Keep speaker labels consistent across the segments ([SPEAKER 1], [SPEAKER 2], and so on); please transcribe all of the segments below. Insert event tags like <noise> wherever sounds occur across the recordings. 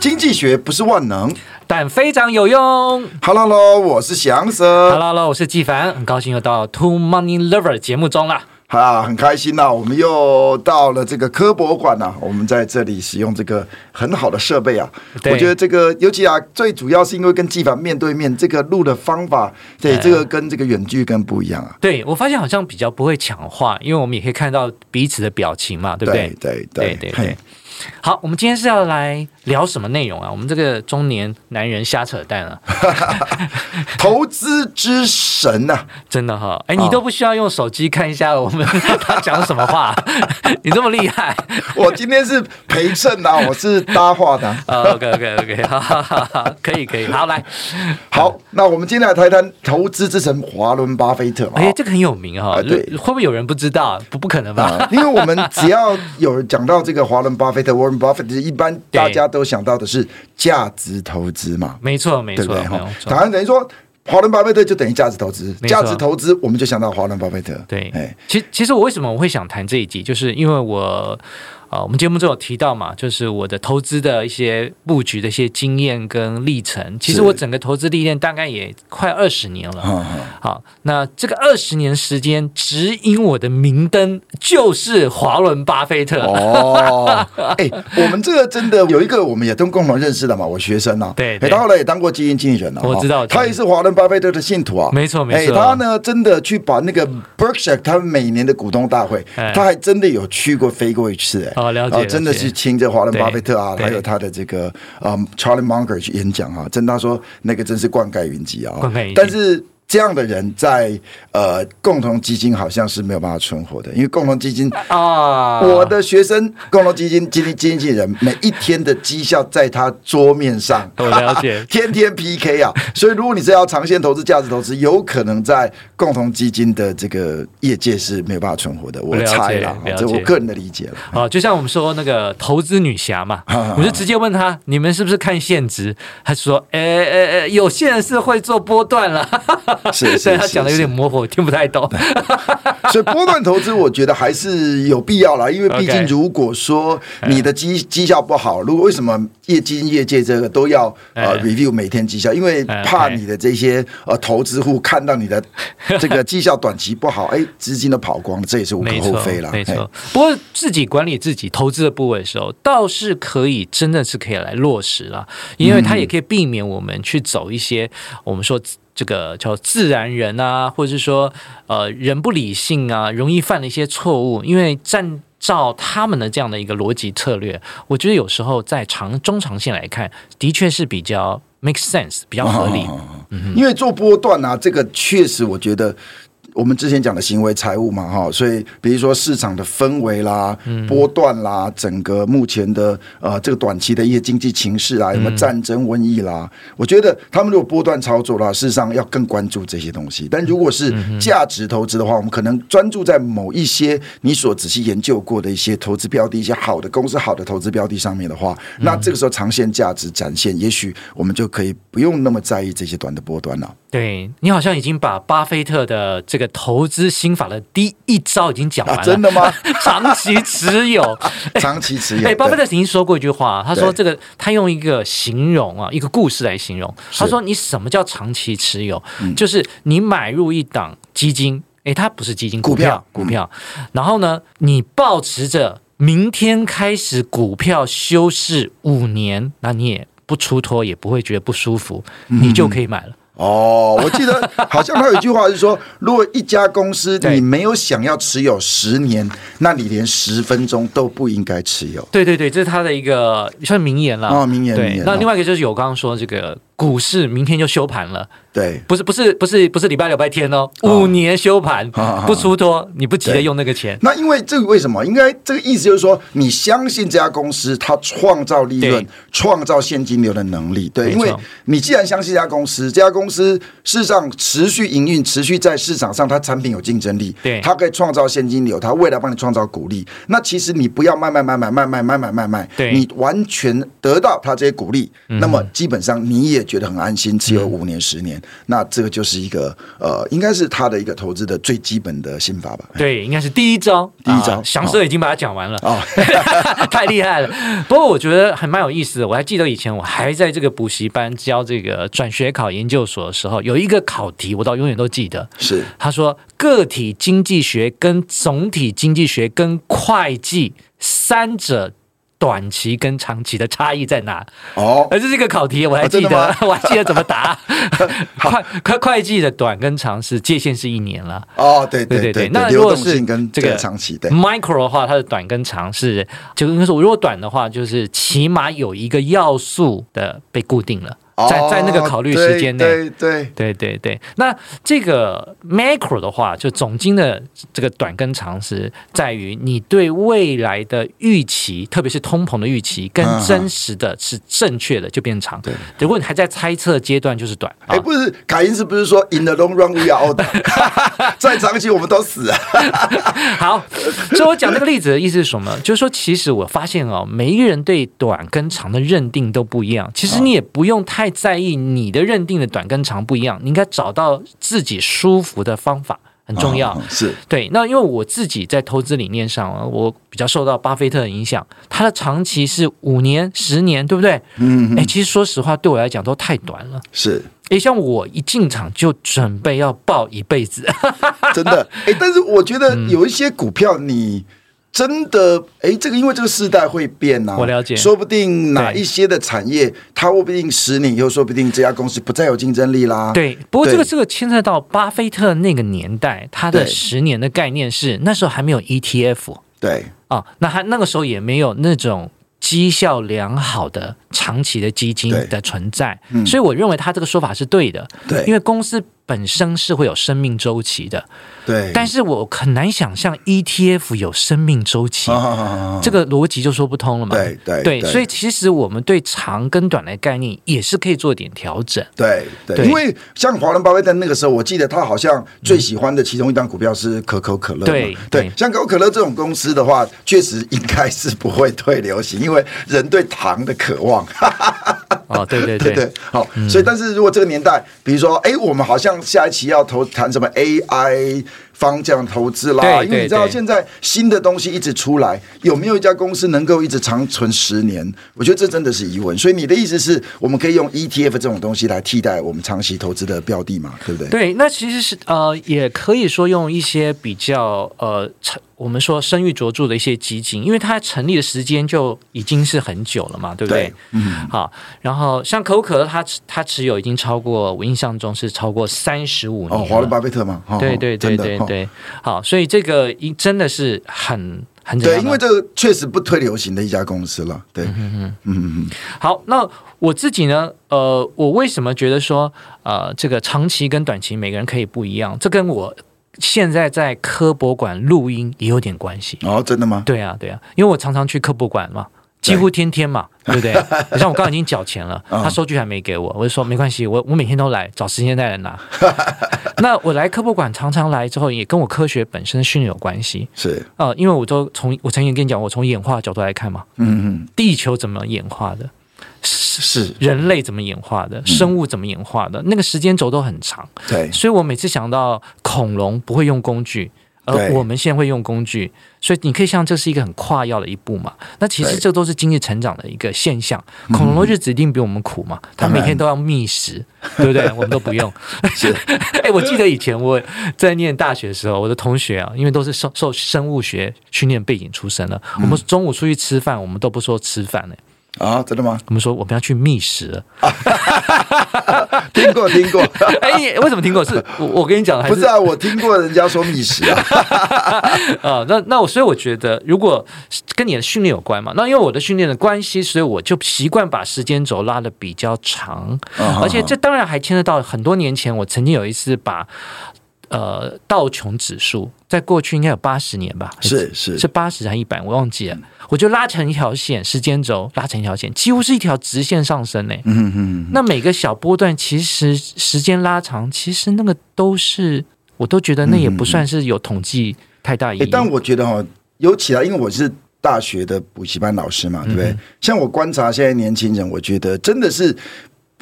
[SPEAKER 1] 经济学不是万能。
[SPEAKER 2] 但非常有用。
[SPEAKER 1] Hello Hello，我是祥
[SPEAKER 2] 哈
[SPEAKER 1] 生。
[SPEAKER 2] 喽喽，我是纪凡，很高兴又到 Two Money Lover 节目中了。
[SPEAKER 1] 啊，很开心呐、我们又到了这个科博馆呐、我们在这里使用这个很好的设备啊。
[SPEAKER 2] 对
[SPEAKER 1] 我觉得这个尤其啊，最主要是因为跟纪凡面对面，这个录的方法，对
[SPEAKER 2] 对
[SPEAKER 1] 这个跟这个远距更不一样啊。
[SPEAKER 2] 对我发现好像比较不会抢话，因为我们也可以看到彼此的表情嘛，对不对？
[SPEAKER 1] 对对
[SPEAKER 2] 对对
[SPEAKER 1] 嘿
[SPEAKER 2] 对。好，我们今天是要来聊什么内容啊？我们这个中年男人瞎扯淡啊， <laughs>
[SPEAKER 1] 投资之神啊
[SPEAKER 2] <laughs>
[SPEAKER 1] 呐、
[SPEAKER 2] 真的哈、哎，你
[SPEAKER 1] 哦
[SPEAKER 2] 都不需要用手机看一下我们 <laughs> 他讲什么话， <laughs> 你这么厉害。
[SPEAKER 1] 我今天是陪衬呐、我是搭话的啊、
[SPEAKER 2] 呃、o k OK OK，好 <laughs> 好好好，可以可以，好来，
[SPEAKER 1] 好，那我们今天来谈谈投资之神华伦巴菲特嘛。
[SPEAKER 2] 哎，这个很有名哈、
[SPEAKER 1] 啊对
[SPEAKER 2] 会不会有人不知道？不不可能吧？
[SPEAKER 1] 啊，因为我们只要有讲到这个华伦巴菲特 （Warren Buffett），一般大家都想到的是价值投资嘛，
[SPEAKER 2] 没错没
[SPEAKER 1] 对不
[SPEAKER 2] 错，
[SPEAKER 1] 对？
[SPEAKER 2] 没
[SPEAKER 1] 哈
[SPEAKER 2] 有，错
[SPEAKER 1] 答案等于说华伦巴菲特就等于价值投资，
[SPEAKER 2] 没错
[SPEAKER 1] 价值投资我们就想到华伦巴菲特。
[SPEAKER 2] 对
[SPEAKER 1] 哎，，
[SPEAKER 2] 其其实我为什么我会想谈这一集，就是因为我呃，我们节目中有提到嘛，就是我的投资的一些布局的一些经验跟历程。其实
[SPEAKER 1] 是
[SPEAKER 2] 我整个投资历练大概也快二十年了。
[SPEAKER 1] 嗯嗯
[SPEAKER 2] 好，那这个二十年时间指引我的明灯就是华伦巴菲特。
[SPEAKER 1] 哦，哎、我们这个真的有一个，我们也都共同认识的嘛，我学生啊，
[SPEAKER 2] 对
[SPEAKER 1] 哎
[SPEAKER 2] 对
[SPEAKER 1] 他后来也当过基金经理人啊，
[SPEAKER 2] 我知道
[SPEAKER 1] 哦他也是华伦巴菲特的信徒啊，
[SPEAKER 2] 没错没
[SPEAKER 1] 哎
[SPEAKER 2] 错
[SPEAKER 1] 他呢真的去把那个 Berkshire 他们每年的股东大会，
[SPEAKER 2] 哎
[SPEAKER 1] 他还真的有去过飞过一次，哎，
[SPEAKER 2] 哦了解
[SPEAKER 1] 然后真的
[SPEAKER 2] 了解
[SPEAKER 1] 是亲着华伦巴菲特啊，
[SPEAKER 2] 对对
[SPEAKER 1] 还有他的这个嗯 Charlie Munger 去演讲啊，真的他说那个真是灌溉云集啊，
[SPEAKER 2] 灌溉云集
[SPEAKER 1] 但是。这样的人在呃共同基金好像是没有办法存活的，因为共同基金
[SPEAKER 2] 啊，
[SPEAKER 1] 我的学生共同基金基金经纪人每一天的绩效在他桌面上，
[SPEAKER 2] <laughs> 我了
[SPEAKER 1] <laughs>
[SPEAKER 2] 解
[SPEAKER 1] 天天 PK 啊。所以如果你是要长线投资、价值投资，有可能在共同基金的这个业界是没有办法存活的。我
[SPEAKER 2] 了解
[SPEAKER 1] 猜啦，
[SPEAKER 2] 了解
[SPEAKER 1] 这我个人的理解了。
[SPEAKER 2] 啊，就像我们说那个投资女侠嘛，
[SPEAKER 1] 啊
[SPEAKER 2] 我就直接问她，你们是不是看现值？她说，哎哎哎，有些人是会做波段了，
[SPEAKER 1] 是
[SPEAKER 2] <laughs>
[SPEAKER 1] 是
[SPEAKER 2] 虽然她
[SPEAKER 1] 是
[SPEAKER 2] 讲的有
[SPEAKER 1] 是哎
[SPEAKER 2] 点模糊，我听不太懂。
[SPEAKER 1] <laughs> 所以波段投资，我觉得还是有必要啦，因为毕
[SPEAKER 2] OK
[SPEAKER 1] 竟如果说你的绩绩效不好，如果为什么业基金业界这个都要呃
[SPEAKER 2] 哎
[SPEAKER 1] review 每天绩效，因为
[SPEAKER 2] 哎
[SPEAKER 1] 怕
[SPEAKER 2] 哎
[SPEAKER 1] 你的这些呃投资户看到你的这个绩效短期不好，哎，资金都跑光了，这也是无可
[SPEAKER 2] 没
[SPEAKER 1] 厚
[SPEAKER 2] 错，
[SPEAKER 1] 非啦。
[SPEAKER 2] <laughs> 没
[SPEAKER 1] 哎
[SPEAKER 2] 错。不过自己管理自己投资的部位的时候，倒是可以，真的是可以来落实啦，因为它
[SPEAKER 1] 嗯
[SPEAKER 2] 也可以避免我们去走一些、我们说这个叫自然人啊，或者是说呃人不理性啊，容易犯的一些错误，因为站。照他们的这样的一个逻辑策略，我觉得有时候在长中长线来看，的确是比较 make sense，比较合
[SPEAKER 1] 哦
[SPEAKER 2] 理。嗯
[SPEAKER 1] 因为做波段啊，这个确实我觉得。我们之前讲的行为财务嘛，哈，所以比如说市场的氛围啦、
[SPEAKER 2] 嗯
[SPEAKER 1] 波段啦，整个目前的呃这个短期的一些经济情势啊，有没
[SPEAKER 2] 嗯
[SPEAKER 1] 有战争、瘟疫啦，我觉得他们如果波段操作啦，事实上要更关注这些东西。但如果
[SPEAKER 2] 嗯
[SPEAKER 1] 是价值投资的话，我们可能专注在某一些你所仔细研究过的一些投资标的、一些好的公司、好的投资标的上面的话，
[SPEAKER 2] 嗯
[SPEAKER 1] 那这个时候长线价值展现，也许我们就可以不用那么在意这些短的波段了。
[SPEAKER 2] 对你好像已经把巴菲特的这个投资心法的第一招已经讲完了，
[SPEAKER 1] 啊真的
[SPEAKER 2] <laughs>
[SPEAKER 1] 吗？
[SPEAKER 2] 长期持
[SPEAKER 1] <laughs>
[SPEAKER 2] 有。
[SPEAKER 1] 长期持有。
[SPEAKER 2] 哎，巴菲
[SPEAKER 1] 对
[SPEAKER 2] 特曾经说过一句话，他说
[SPEAKER 1] 对
[SPEAKER 2] 这个他用一个形容啊，一个故事来形容。
[SPEAKER 1] 是嗯
[SPEAKER 2] 他说你什么叫长期持有？就是你买入一档基金，哎，它不是基金，
[SPEAKER 1] 股
[SPEAKER 2] 票
[SPEAKER 1] 票，
[SPEAKER 2] 股票。然后呢，你保持着明天开始股票
[SPEAKER 1] 嗯
[SPEAKER 2] 休市五年，那你也不出脱，也不会觉得不舒服，你就可以买了。
[SPEAKER 1] 哦，我记得好像他有一句话是说，如果一家公司
[SPEAKER 2] 对
[SPEAKER 1] 你没有想要持有十年，那你连十分钟都不应该持有。
[SPEAKER 2] 对对对，这是他的一个算名言了。
[SPEAKER 1] 哦名言名
[SPEAKER 2] 对
[SPEAKER 1] 言，
[SPEAKER 2] 那
[SPEAKER 1] 哦
[SPEAKER 2] 另外一个就是有刚刚说这个股市明天就休盘了，
[SPEAKER 1] 对，
[SPEAKER 2] 不是不是不是不是礼拜六礼拜天哦，
[SPEAKER 1] 哦
[SPEAKER 2] 五年休盘
[SPEAKER 1] 哦哦哦
[SPEAKER 2] 不出脱，你不急着
[SPEAKER 1] 对
[SPEAKER 2] 用那个钱。
[SPEAKER 1] 那因为这个为什么？应该这个意思就是说，你相信这家公司它创造利润
[SPEAKER 2] 对、
[SPEAKER 1] 创造现金流的能力。对，
[SPEAKER 2] 没
[SPEAKER 1] 因
[SPEAKER 2] 错
[SPEAKER 1] 为你既然相信这家公司，这家公司事实上持续营运、持续在市场上，它产品有竞争力，
[SPEAKER 2] 对
[SPEAKER 1] 它可以创造现金流，它未来帮你创造股利。那其实你不要卖卖卖卖卖卖卖卖卖卖，
[SPEAKER 2] 对
[SPEAKER 1] 你完全得到它这些股利，那么基本上你也觉得很安心，持有五年、十年。那这个就是一个呃，应该是他的一个投资的最基本的心法吧。
[SPEAKER 2] 对，应该是第一招，
[SPEAKER 1] 第一招
[SPEAKER 2] 啊祥哥已经把它讲完了，
[SPEAKER 1] 哦
[SPEAKER 2] <laughs> 太厉害了。不过我觉得还蛮有意思的，我还记得以前我还在这个补习班教这个转学考研究所的时候，有一个考题我到永远都记得，
[SPEAKER 1] 是。
[SPEAKER 2] 他说个体经济学跟总体经济学跟会计三者。短期跟长期的差异在哪？哎
[SPEAKER 1] 哦，
[SPEAKER 2] 而这是一个考题，我还记
[SPEAKER 1] 啊真的
[SPEAKER 2] 得，
[SPEAKER 1] 吗
[SPEAKER 2] <laughs> 我还记得怎么
[SPEAKER 1] <laughs>
[SPEAKER 2] 答。会会会计的短跟长是界限是一年了，
[SPEAKER 1] 哦，对
[SPEAKER 2] 对
[SPEAKER 1] 对对，
[SPEAKER 2] 对，那如
[SPEAKER 1] 流
[SPEAKER 2] 果
[SPEAKER 1] 动
[SPEAKER 2] 是
[SPEAKER 1] 性跟
[SPEAKER 2] 这
[SPEAKER 1] 这
[SPEAKER 2] 个嗯
[SPEAKER 1] 个长期对。
[SPEAKER 2] micro 的话，它的短跟长是，就应该说，如果短的话，就是起码有一个要素的被固定了，在在那个考虑时间内。
[SPEAKER 1] 哦对对
[SPEAKER 2] 对对对，那这个 macro 的话，就总经的这个短跟长是在于你对未来的预期，特别是通膨的预期，跟
[SPEAKER 1] 嗯
[SPEAKER 2] 真实的是正确的就变长。
[SPEAKER 1] 对
[SPEAKER 2] 如果你还在猜测阶段，就是短。
[SPEAKER 1] 哎，不是，凯因是不是说 in the long run we are
[SPEAKER 2] <laughs>
[SPEAKER 1] old？再长期我们都死啊！ <laughs>
[SPEAKER 2] 好，所以我讲这个例子的意思是什么？就是说，其实我发现哦，每一个人对短跟长的认定都不一样。其实你也不用太在意你的认定的短跟长不一样，你应该找到自己舒服的方法，很重要。
[SPEAKER 1] 嗯是
[SPEAKER 2] 对，那因为我自己在投资理念上，呃我比较受到巴菲特的影响，他的长期是五年、十年，对不对？嗯，哎，其实说实话，对我来讲都太短了。
[SPEAKER 1] 是，
[SPEAKER 2] 哎，像我一进场就准备要抱一辈 <laughs> 子，
[SPEAKER 1] 真
[SPEAKER 2] <laughs>
[SPEAKER 1] 的。哎，但是我觉得
[SPEAKER 2] 嗯
[SPEAKER 1] 有一些股票你。真的，哎，这个因为这个世代会变呐、啊，
[SPEAKER 2] 我了解
[SPEAKER 1] 说不定哪
[SPEAKER 2] 对
[SPEAKER 1] 一些的产业，它说不定十年以后，说不定这家公司不再有竞争力啦。
[SPEAKER 2] 对，不过这个
[SPEAKER 1] 对
[SPEAKER 2] 这个牵涉到巴菲特那个年代，他的
[SPEAKER 1] 对
[SPEAKER 2] 十年的概念是那时候还没有 E ETF
[SPEAKER 1] 对，
[SPEAKER 2] 啊，那他那个时候也没有那种绩效良好的长期的基金
[SPEAKER 1] 对嗯
[SPEAKER 2] 的存在，所以我认为他这个说法是对的。
[SPEAKER 1] 对
[SPEAKER 2] 因为公司本身是会有生命周期的，
[SPEAKER 1] 对，
[SPEAKER 2] 但是我很难想象 ETF 有生命周期。
[SPEAKER 1] 啊，
[SPEAKER 2] 这个逻辑就说不通了嘛？
[SPEAKER 1] 对对
[SPEAKER 2] 对，
[SPEAKER 1] 对
[SPEAKER 2] 所以其实我们对长跟短的概念也是可以做点调整。
[SPEAKER 1] 对对，
[SPEAKER 2] 对
[SPEAKER 1] 因为像华伦巴菲特那个时候，我记得他好像最喜欢的其中一档股票是可口可乐嘛。
[SPEAKER 2] 对对
[SPEAKER 1] 对，像可口可乐这种公司的话，确实应该是不会退流行，因为人对糖的渴望。
[SPEAKER 2] 哦，对
[SPEAKER 1] <laughs>
[SPEAKER 2] 对
[SPEAKER 1] 对对，好，所以但是如果这个年代，比如说，哎，我们好像下一期要投谈什么 AI 方向投资啦，
[SPEAKER 2] 对
[SPEAKER 1] 因为你知
[SPEAKER 2] 对
[SPEAKER 1] 道
[SPEAKER 2] 对
[SPEAKER 1] 现在新的东西一直出来，有没有一家公司能够一直长存十年？我觉得这真的是疑问。所以你的意思是我们可以用 ETF 这种东西来替代我们长期投资的标的嘛？对不对？
[SPEAKER 2] 对，那其实是呃，也可以说用一些比较呃，成我们说声誉卓著的一些基金，因为它成立的时间就已经是很久了嘛，对不对？
[SPEAKER 1] 对
[SPEAKER 2] 嗯。好，然后像可口可乐，它持它持有已经超过，我印象中是超过三十五年
[SPEAKER 1] 哦，
[SPEAKER 2] 了。
[SPEAKER 1] 华伦巴菲特嘛，哦
[SPEAKER 2] 对对
[SPEAKER 1] 真
[SPEAKER 2] 对
[SPEAKER 1] 的
[SPEAKER 2] 对
[SPEAKER 1] 哦
[SPEAKER 2] 对，好，所以这个一真的是很很怎
[SPEAKER 1] 对，嗯
[SPEAKER 2] 样
[SPEAKER 1] 因
[SPEAKER 2] 呢
[SPEAKER 1] 为这个确实不推流行的一家公司了，对，
[SPEAKER 2] 好，那我自己呢？呃，我为什么觉得说，呃，这个长期跟短期每个人可以不一样？这跟我现在在科博馆录音也有点关系。
[SPEAKER 1] 哦，真的吗？
[SPEAKER 2] 对啊，对啊，因为我常常去科博馆嘛，几乎天天嘛，对不对？像我刚刚已经缴钱了，
[SPEAKER 1] 嗯
[SPEAKER 2] 他收据还没给我，我就说没关系，我我每天都来，找时间再来拿。那我来科博馆常常来之后，也跟我科学本身的训练有关系。
[SPEAKER 1] 是，
[SPEAKER 2] 呃，因为我都从我曾经跟你讲，我从演化的角度来看嘛，
[SPEAKER 1] 嗯嗯，
[SPEAKER 2] 地球怎么演化的，
[SPEAKER 1] 是，
[SPEAKER 2] 人类怎么演化的，生物怎么演化的，那个时间轴都很长。
[SPEAKER 1] 嗯对，
[SPEAKER 2] 所以我每次想到恐龙不会用工具，而
[SPEAKER 1] 对
[SPEAKER 2] 我们现在会用工具，所以你可以像这是一个很跨要的一步嘛。那其实
[SPEAKER 1] 对嗯
[SPEAKER 2] 这都是经济成长的一个现象。恐龙的日子一定比我们苦嘛，它
[SPEAKER 1] 当
[SPEAKER 2] 每
[SPEAKER 1] 然
[SPEAKER 2] 天都要
[SPEAKER 1] <laughs>
[SPEAKER 2] 觅食，对不对？我们都不用。 <laughs> 哎、我记得以前我在念大学的时候，我的同学啊，因为都是
[SPEAKER 1] 嗯
[SPEAKER 2] 受受生物学训练背景出身的，我们中午出去吃饭，我们都不说吃饭呢、欸
[SPEAKER 1] 啊，真的吗？
[SPEAKER 2] 我们说我们要去觅食了，
[SPEAKER 1] 听过听过，
[SPEAKER 2] <laughs> 哎、为什么听过？是我我跟你讲，还
[SPEAKER 1] 不是啊，我听过人家说觅食啊，
[SPEAKER 2] 啊、那那我所以我觉得，如果跟你的训练有关嘛，那因为我的训练的关系，所以我就习惯把时间轴拉的比较长，
[SPEAKER 1] 啊
[SPEAKER 2] <laughs> 而且这当然还牵涉到很多年前，我曾经有一次把呃道琼指数，在过去应该有八十年吧，还
[SPEAKER 1] 啊是是
[SPEAKER 2] 是八十还一百，我忘记了，我就拉成一条线，时间轴拉成一条线，几乎是一条直线上升呢、
[SPEAKER 1] 嗯嗯
[SPEAKER 2] 那每个小波段其实时间拉长，其实那个都是，我都觉得那也不算是有统计太大意
[SPEAKER 1] 嗯，哎
[SPEAKER 2] 义。
[SPEAKER 1] 嗯但我觉得哈，尤其啊，因为我是。大学的补习班老师
[SPEAKER 2] 嗯
[SPEAKER 1] 嘛，对不对？像我观察现在年轻人，我觉得真的是，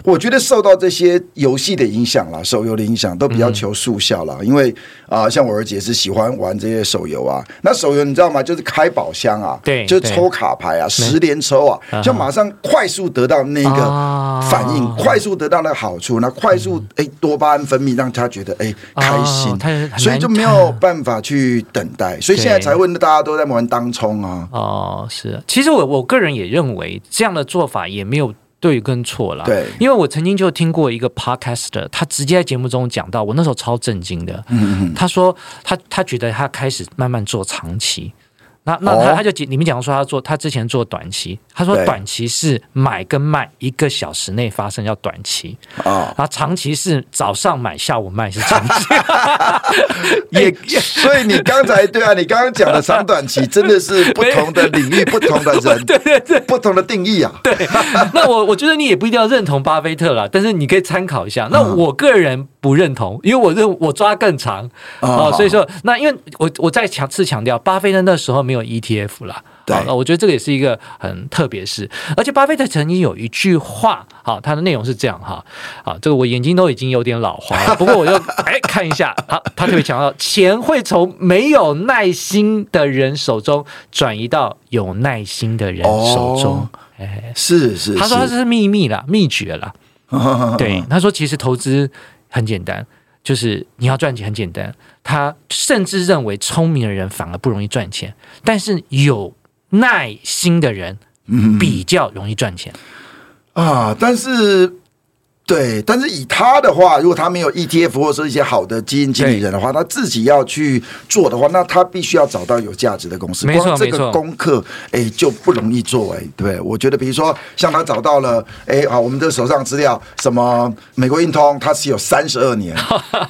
[SPEAKER 1] 我觉得受到这些游戏的影响啦，手游的影响，都比
[SPEAKER 2] 嗯
[SPEAKER 1] 较求速效啦。因为啊、像我儿子也是喜欢玩这些手游啊。那手游你知道吗？就是开宝箱啊，
[SPEAKER 2] 对
[SPEAKER 1] 就是
[SPEAKER 2] 对嗯
[SPEAKER 1] 抽卡牌啊，十连抽啊，就马上快速得到那个
[SPEAKER 2] 啊嗯
[SPEAKER 1] 反应，快速得到那个好处，那快速哎、多巴胺分泌，让他觉得哎、开心，
[SPEAKER 2] 哦他很难
[SPEAKER 1] 所以就没有办法去等待，所以现在才会大家都在玩当冲啊，
[SPEAKER 2] 哦，是，其实我我个人也认为这样的做法也没有。对跟错啦，
[SPEAKER 1] 对
[SPEAKER 2] 因为我曾经就听过一个 podcaster，他直接在节目中讲到，我那时候超震惊的。
[SPEAKER 1] 嗯嗯
[SPEAKER 2] 他说他他觉得他开始慢慢做长期，那那
[SPEAKER 1] 哦
[SPEAKER 2] 他、他就解里面讲说他做他之前做短期，他说
[SPEAKER 1] 对
[SPEAKER 2] 短期是买跟卖一个小时内发生叫短期，
[SPEAKER 1] 嗯啊，
[SPEAKER 2] 然后长期是早上买下午卖是长
[SPEAKER 1] <laughs>
[SPEAKER 2] 期， <laughs> 也也
[SPEAKER 1] 哎所以你刚才对啊，你刚刚讲的长短期真的是不同的领域、不同的人、
[SPEAKER 2] <laughs> 对对对。
[SPEAKER 1] 不同的定义啊，
[SPEAKER 2] 对， <laughs> 那我我觉得你也不一定要认同巴菲特啦，但是你可以参考一下。那
[SPEAKER 1] 嗯
[SPEAKER 2] 我个人不认同，因为我认我抓更长
[SPEAKER 1] 哦
[SPEAKER 2] 哦，所以说那因为我我再强次强调，巴菲特那时候没有 ETF 啦。
[SPEAKER 1] 对
[SPEAKER 2] 好那我觉得这个也是一个很特别事，而且巴菲特曾经有一句话，好，他的内容是这样哈，啊，这个我眼睛都已经有点老花
[SPEAKER 1] <laughs>
[SPEAKER 2] 了，不过我就哎看一下，好，他特别强调，钱会从没有耐心的人手中转移到有耐心的人手中哎
[SPEAKER 1] 哦，是是，
[SPEAKER 2] 他说他是秘密啦，秘诀
[SPEAKER 1] <laughs>
[SPEAKER 2] 啦。
[SPEAKER 1] 是，
[SPEAKER 2] 对，他说其实投资很简单，就是你要赚钱很简单。他甚至认为聪明的人反而不容易赚钱，但是有耐心的人
[SPEAKER 1] 嗯
[SPEAKER 2] 比较容易赚钱。
[SPEAKER 1] 啊，但是。对，但是以他的话，如果他没有 ETF 或者是一些好的基金经理人的话，他自己要去做的话，那他必须要找到有价值的公司。
[SPEAKER 2] 没错
[SPEAKER 1] 光这
[SPEAKER 2] 没
[SPEAKER 1] 个
[SPEAKER 2] 错
[SPEAKER 1] 功课，哎，就不容易做，哎，对，我觉得，比如说像他找到了，哎，好，我们这手上资料，什么美国运通，它持有三十二
[SPEAKER 2] <laughs>
[SPEAKER 1] 年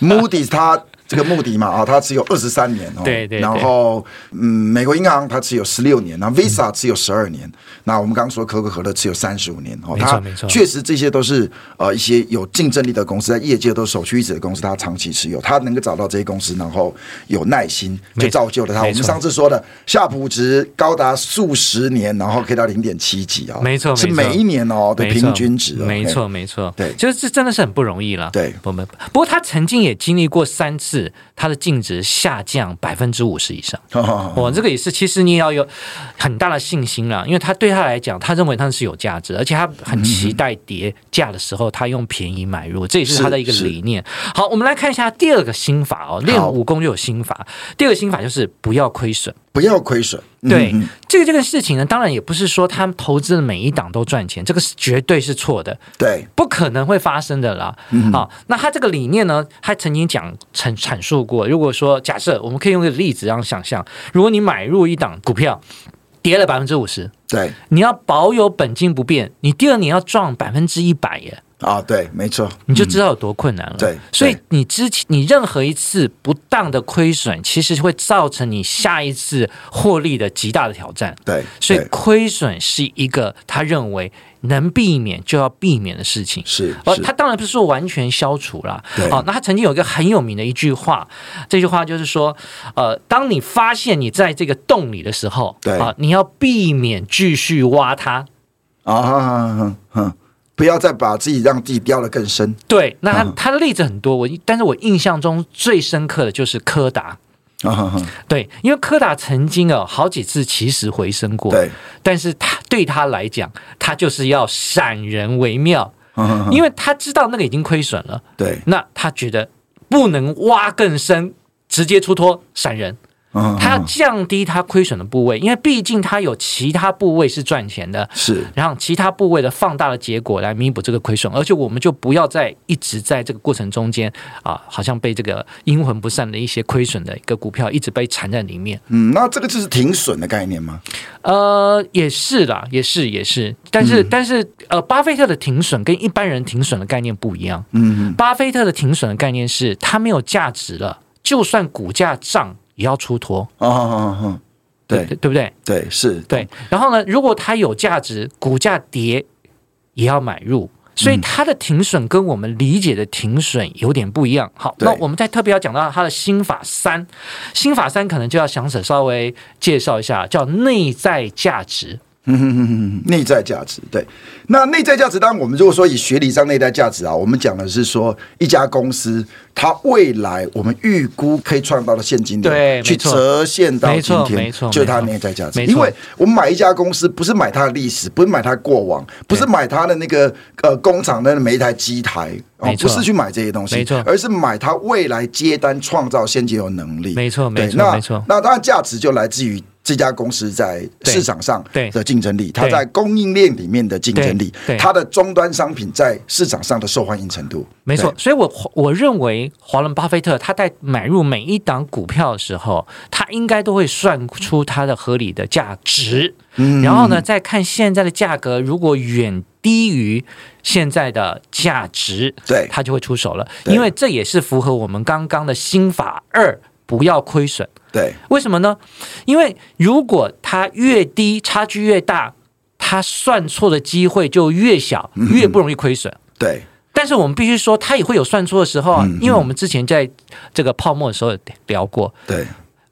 [SPEAKER 1] ，Moody's 它这个穆迪嘛啊，它持有二十三年哦，
[SPEAKER 2] 对对对
[SPEAKER 1] 然后。哦，嗯，美国银行它持有十六年，那
[SPEAKER 2] 嗯
[SPEAKER 1] Visa 持有十二年，那我们刚刚说可口可乐持有三十五年，哦，
[SPEAKER 2] 没错
[SPEAKER 1] 它
[SPEAKER 2] 没错
[SPEAKER 1] 确实这些都是呃一些有竞争力的公司，在业界都是首屈一指的公司，它长期持有，它能够找到这些公司，然后有耐心，
[SPEAKER 2] 没
[SPEAKER 1] 就造就了它。
[SPEAKER 2] 没
[SPEAKER 1] 我
[SPEAKER 2] 错
[SPEAKER 1] 们上次说的夏普值高达数十年，然后可以到零点七几啊，
[SPEAKER 2] 没错
[SPEAKER 1] 是
[SPEAKER 2] 没错
[SPEAKER 1] 每一年哦的
[SPEAKER 2] 没错
[SPEAKER 1] 平均值，哦
[SPEAKER 2] 没错，，没错，
[SPEAKER 1] 对
[SPEAKER 2] 就是这真的是很不容易了。
[SPEAKER 1] 对
[SPEAKER 2] 我们不过他曾经也经历过三次，他的净值下降百分之五十以上。
[SPEAKER 1] 嘿哦
[SPEAKER 2] 我这个也是，其实你也要有很大的信心啦，因为他对他来讲，他认为他是有价值，而且他很期待跌价的时候，他用便宜买入，这也是他的一个
[SPEAKER 1] 是是
[SPEAKER 2] 理念。
[SPEAKER 1] 嗯
[SPEAKER 2] 好，我们来看一下第二个心法哦，练武功就有心法。第二个心法就是不要亏损。
[SPEAKER 1] 不要亏损，嗯
[SPEAKER 2] 对
[SPEAKER 1] 嗯
[SPEAKER 2] 这个这个事情呢，当然也不是说他们投资的每一档都赚钱，这个是绝对是错的。
[SPEAKER 1] 对，
[SPEAKER 2] 不可能会发生的啦。
[SPEAKER 1] 嗯
[SPEAKER 2] 好，那他这个理念呢，他曾经讲阐阐述过。如果说假设我们可以用一个例子让想象，如果你买入一档股票，跌了百分之五十，
[SPEAKER 1] 对
[SPEAKER 2] 你要保有本金不变，你第二年要赚百分之一百耶。
[SPEAKER 1] 啊，对，没错，
[SPEAKER 2] 你就知道有多困难了。
[SPEAKER 1] 对对
[SPEAKER 2] 所以你之前你任何一次不当的亏损，其实会造成你下一次获利的极大的挑战。
[SPEAKER 1] 对，
[SPEAKER 2] 所以
[SPEAKER 1] 对
[SPEAKER 2] 亏损是一个他认为能避免就要避免的事情。
[SPEAKER 1] 是
[SPEAKER 2] 哦，
[SPEAKER 1] 是
[SPEAKER 2] 他当然不是说完全消除啦。哦
[SPEAKER 1] 对
[SPEAKER 2] 好、那他曾经有一个很有名的一句话，这句话就是说，呃，当你发现你在这个洞里的时候，
[SPEAKER 1] 对
[SPEAKER 2] 啊，你要避免继续挖它。
[SPEAKER 1] 啊，哼哼，不要再把自己让自己掉得更深
[SPEAKER 2] 对，那他、
[SPEAKER 1] 嗯
[SPEAKER 2] 他的例子很多，我但是我印象中最深刻的就是柯达。
[SPEAKER 1] 啊，哼哼
[SPEAKER 2] 对，因为柯达曾经哦好几次起死回生过，
[SPEAKER 1] 对，
[SPEAKER 2] 但是他对他来讲，他就是要闪人为妙，
[SPEAKER 1] 嗯哼哼
[SPEAKER 2] 因为他知道那个已经亏损了，
[SPEAKER 1] 对
[SPEAKER 2] 那他觉得不能挖更深，直接出脱闪人。
[SPEAKER 1] 嗯
[SPEAKER 2] 它要降低它亏损的部位，因为毕竟它有其他部位是赚钱的，
[SPEAKER 1] 是
[SPEAKER 2] 然后其他部位的放大的结果来弥补这个亏损，而且我们就不要再一直在这个过程中间啊，好像被这个阴魂不散的一些亏损的一个股票一直被缠在里面。
[SPEAKER 1] 嗯，那这个就是停损的概念吗？
[SPEAKER 2] 呃，也是啦，也是也是，但是、但是呃，巴菲特的停损跟一般人停损的概念不一样。
[SPEAKER 1] 嗯，
[SPEAKER 2] 巴菲特的停损的概念是，它没有价值了，就算股价涨也要出脱，
[SPEAKER 1] 啊啊啊啊！对
[SPEAKER 2] 对对不对？
[SPEAKER 1] 对是，
[SPEAKER 2] 对。然后呢，如果它有价值，股价跌也要买入。所以它的停损跟我们理解的停损有点不一样。好，
[SPEAKER 1] 对
[SPEAKER 2] 那我们再特别要讲到它的心法三，心法三可能就要详细稍微介绍一下，叫内在价值。
[SPEAKER 1] 嗯，内在价值对。那内在价值，当然我们如果说以学理上内在价值啊，我们讲的是说一家公司它未来我们预估可以创造的现金流，
[SPEAKER 2] 对
[SPEAKER 1] 去
[SPEAKER 2] 没错
[SPEAKER 1] 折现到今
[SPEAKER 2] 没错
[SPEAKER 1] 天
[SPEAKER 2] 没错，
[SPEAKER 1] 就是它
[SPEAKER 2] 没错
[SPEAKER 1] 内在价值。
[SPEAKER 2] 没错
[SPEAKER 1] 因为我们买一家公司，不是买它的历史，不是买它的过往，不是买它的那个呃工厂的每一台机台，哦
[SPEAKER 2] 没，错
[SPEAKER 1] 不是去买这些东西，
[SPEAKER 2] 没错
[SPEAKER 1] 而是买它未来接单创造现金流能力。
[SPEAKER 2] 没错
[SPEAKER 1] 对
[SPEAKER 2] 没错
[SPEAKER 1] 那
[SPEAKER 2] 没错
[SPEAKER 1] 那当然价值就来自于这家公司在
[SPEAKER 2] 对
[SPEAKER 1] 市场上
[SPEAKER 2] 对
[SPEAKER 1] 的竞争力，它
[SPEAKER 2] 对
[SPEAKER 1] 在供应链里面的竞争力
[SPEAKER 2] 对对，
[SPEAKER 1] 它的终端商品在市场上的受欢迎程度。
[SPEAKER 2] 没错，所以我我认为华伦巴菲特他在买入每一档股票的时候，他应该都会算出它的合理的价值，
[SPEAKER 1] 嗯
[SPEAKER 2] 然后呢，再看现在的价格，如果远低于现在的价值，
[SPEAKER 1] 对
[SPEAKER 2] 他就会出手了，
[SPEAKER 1] 对
[SPEAKER 2] 因为这也是符合我们刚刚的心法二，不要亏损。
[SPEAKER 1] 对
[SPEAKER 2] 为什么呢？因为如果它越低，差距越大，它算错的机会就越小，
[SPEAKER 1] 嗯
[SPEAKER 2] 越不容易亏损。
[SPEAKER 1] 对
[SPEAKER 2] 但是我们必须说，它也会有算错的时候啊，因为我们之前在这个泡沫的时候也聊过，
[SPEAKER 1] 对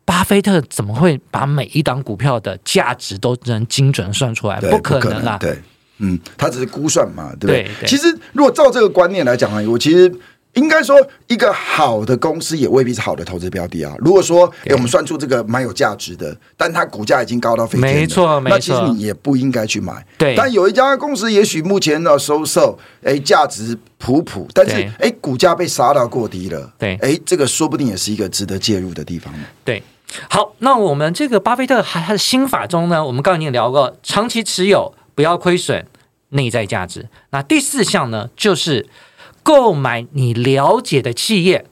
[SPEAKER 2] 巴菲特怎么会把每一档股票的价值都能精准算出来？
[SPEAKER 1] 对，
[SPEAKER 2] 不可能啊啦！
[SPEAKER 1] 对，嗯，它只是估算嘛，啊对不
[SPEAKER 2] 对对
[SPEAKER 1] 其实如果照这个观念来讲啊，我其实。应该说，一个好的公司也未必是好的投资标的啊。如果说，哎、我们算出这个蛮有价值的，但它股价已经高到飞天了，
[SPEAKER 2] 没错
[SPEAKER 1] 那其实
[SPEAKER 2] 没错
[SPEAKER 1] 你也不应该去买。
[SPEAKER 2] 对
[SPEAKER 1] 但有一家公司也许目前的收售，哎，价值普普，但是
[SPEAKER 2] 对
[SPEAKER 1] 哎，股价被杀到过低了，
[SPEAKER 2] 对
[SPEAKER 1] 哎，这个说不定也是一个值得介入的地方嘛。
[SPEAKER 2] 对，好，那我们这个巴菲特还他的心法中呢，我们刚刚已经聊过，长期持有不要亏损，内在价值。那第四项呢，就是购买你了解的企业。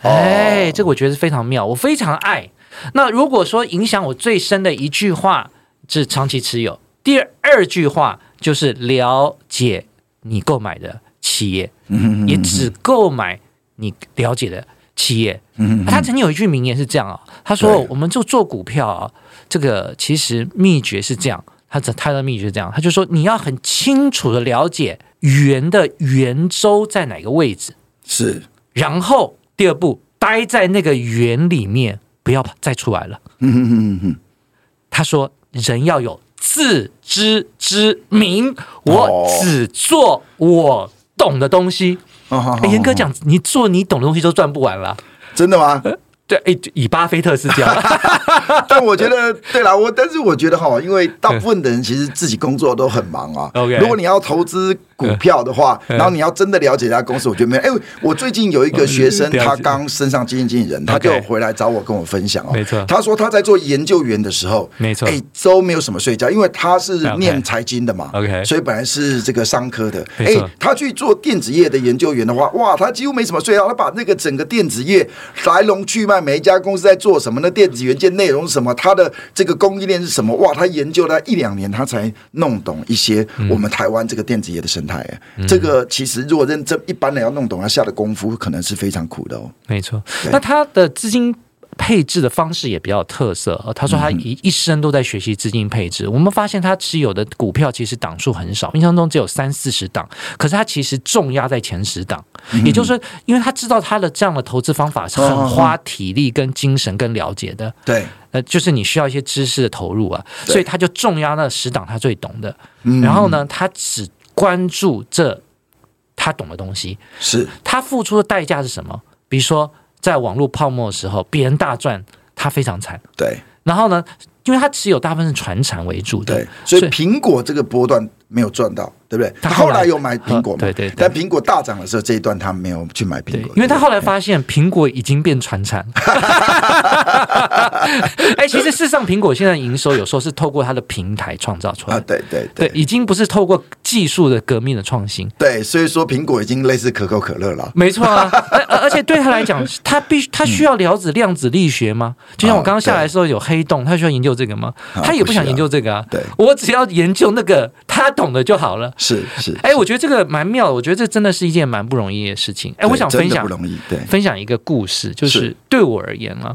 [SPEAKER 2] 哎，这个我觉得是非常妙，我非常爱。那如果说影响我最深的一句话是长期持有，第二句话就是了解你购买的企业，
[SPEAKER 1] 嗯
[SPEAKER 2] 也只购买你了解的企业。啊他曾经有一句名言是这样啊、他
[SPEAKER 1] 嗯
[SPEAKER 2] 说
[SPEAKER 1] 对：“
[SPEAKER 2] 我们就做股票啊，这个其实秘诀是这样，他的他的秘诀是这样，他就说你要很清楚的了解圆的圆周在哪个位置，
[SPEAKER 1] 是，
[SPEAKER 2] 然后第二步待在那个圆里面，不要再出来了。
[SPEAKER 1] 嗯哼哼哼哼，
[SPEAKER 2] 他说人要有自知之明，
[SPEAKER 1] 哦
[SPEAKER 2] 我只做我懂的东西。
[SPEAKER 1] 哦好好
[SPEAKER 2] 哎，
[SPEAKER 1] 好
[SPEAKER 2] 严格讲，你做你懂的东西都赚不完了。
[SPEAKER 1] 真的吗？
[SPEAKER 2] 对，哎，以巴菲特是
[SPEAKER 1] <laughs>
[SPEAKER 2] 这样。
[SPEAKER 1] 但我觉得，对啦，我但是我觉得哈，因为大部分的人其实自己工作都很忙啊。
[SPEAKER 2] OK 嗯
[SPEAKER 1] 如果你要投资股票的话，然后你要真的了解这家公司，我觉得没有。哎、我最近有一个学生，
[SPEAKER 2] 嗯了解
[SPEAKER 1] 他刚升上基金经理人，他就
[SPEAKER 2] OK
[SPEAKER 1] 回来找我跟我分享哦。
[SPEAKER 2] 没错
[SPEAKER 1] 他说他在做研究员的时候，
[SPEAKER 2] 没错
[SPEAKER 1] 哎、都没有什么睡觉，因为他是
[SPEAKER 2] OK
[SPEAKER 1] 念财经的嘛
[SPEAKER 2] OK
[SPEAKER 1] 所以本来是这个商科的。哎、
[SPEAKER 2] 没错
[SPEAKER 1] 他去做电子业的研究员的话，哇，他几乎没什么睡觉，他把那个整个电子业来龙去脉，每一家公司在做什么，那电子元件内容是什么，它的这个供应链是什么，哇，他研究了一两年，他才弄懂一些
[SPEAKER 2] 嗯
[SPEAKER 1] 我们台湾这个电子业的生态。哎这个其实如果认真一般人要弄懂，他下的功夫可能是非常苦的哦。
[SPEAKER 2] 没错
[SPEAKER 1] 对，
[SPEAKER 2] 那他的资金配置的方式也比较有特色。呃他说
[SPEAKER 1] 嗯
[SPEAKER 2] 他一一生都在学习资金配置。我们发现他持有的股票其实档数很少，印象中只有三四十档，可是他其实重压在前十档。
[SPEAKER 1] 嗯
[SPEAKER 2] 也就是说，因为他知道他的这样的投资方法是很花体力、跟精神、跟了解的。
[SPEAKER 1] 对，
[SPEAKER 2] 呃，就是你需要一些知识的投入啊，
[SPEAKER 1] 对嗯
[SPEAKER 2] 所以他就重压那十档他最懂的，然后呢，他只关注这他懂的东西，
[SPEAKER 1] 是
[SPEAKER 2] 他付出的代价是什么？比如说，在网络泡沫的时候，别人大赚，他非常惨。
[SPEAKER 1] 对
[SPEAKER 2] 然后呢，因为他持有大部分是船产为主的
[SPEAKER 1] 对，，所以
[SPEAKER 2] 所以
[SPEAKER 1] 苹果这个波段没有赚到，对不对？
[SPEAKER 2] 他
[SPEAKER 1] 他
[SPEAKER 2] 后
[SPEAKER 1] 后
[SPEAKER 2] 来呃
[SPEAKER 1] 来有买苹果嘛，
[SPEAKER 2] 对对对
[SPEAKER 1] 但苹果大涨的时候，这一段他没有去买苹
[SPEAKER 2] 对
[SPEAKER 1] 果，，
[SPEAKER 2] 因为他后来发现苹果已经变传产。 <laughs> 哎，其实事实上，苹果现在营收有时候是透过它的平台创造出来
[SPEAKER 1] 啊，
[SPEAKER 2] 的，
[SPEAKER 1] 对对
[SPEAKER 2] 对
[SPEAKER 1] 对，
[SPEAKER 2] 已经不是透过技术的革命的创新。
[SPEAKER 1] 对，所以说苹果已经类似可口可乐了。
[SPEAKER 2] 没错啊， <laughs> 而而而且对他来讲，他必须他需要了解量子力学吗？就像我刚刚下来的时候有黑洞，他需要研究这个吗？
[SPEAKER 1] 啊
[SPEAKER 2] 他也不
[SPEAKER 1] 不
[SPEAKER 2] 想
[SPEAKER 1] 需要
[SPEAKER 2] 研究这个啊。
[SPEAKER 1] 对
[SPEAKER 2] 我只要研究那个他懂的就好了。
[SPEAKER 1] 是是，
[SPEAKER 2] 哎，我觉得这个蛮妙的，我觉得这真的是一件蛮不容易的事情。哎，我
[SPEAKER 1] 对
[SPEAKER 2] 想
[SPEAKER 1] 真的
[SPEAKER 2] 分享
[SPEAKER 1] 不容易，对，
[SPEAKER 2] 分享一个故事，就是
[SPEAKER 1] 是
[SPEAKER 2] 对我而言啊，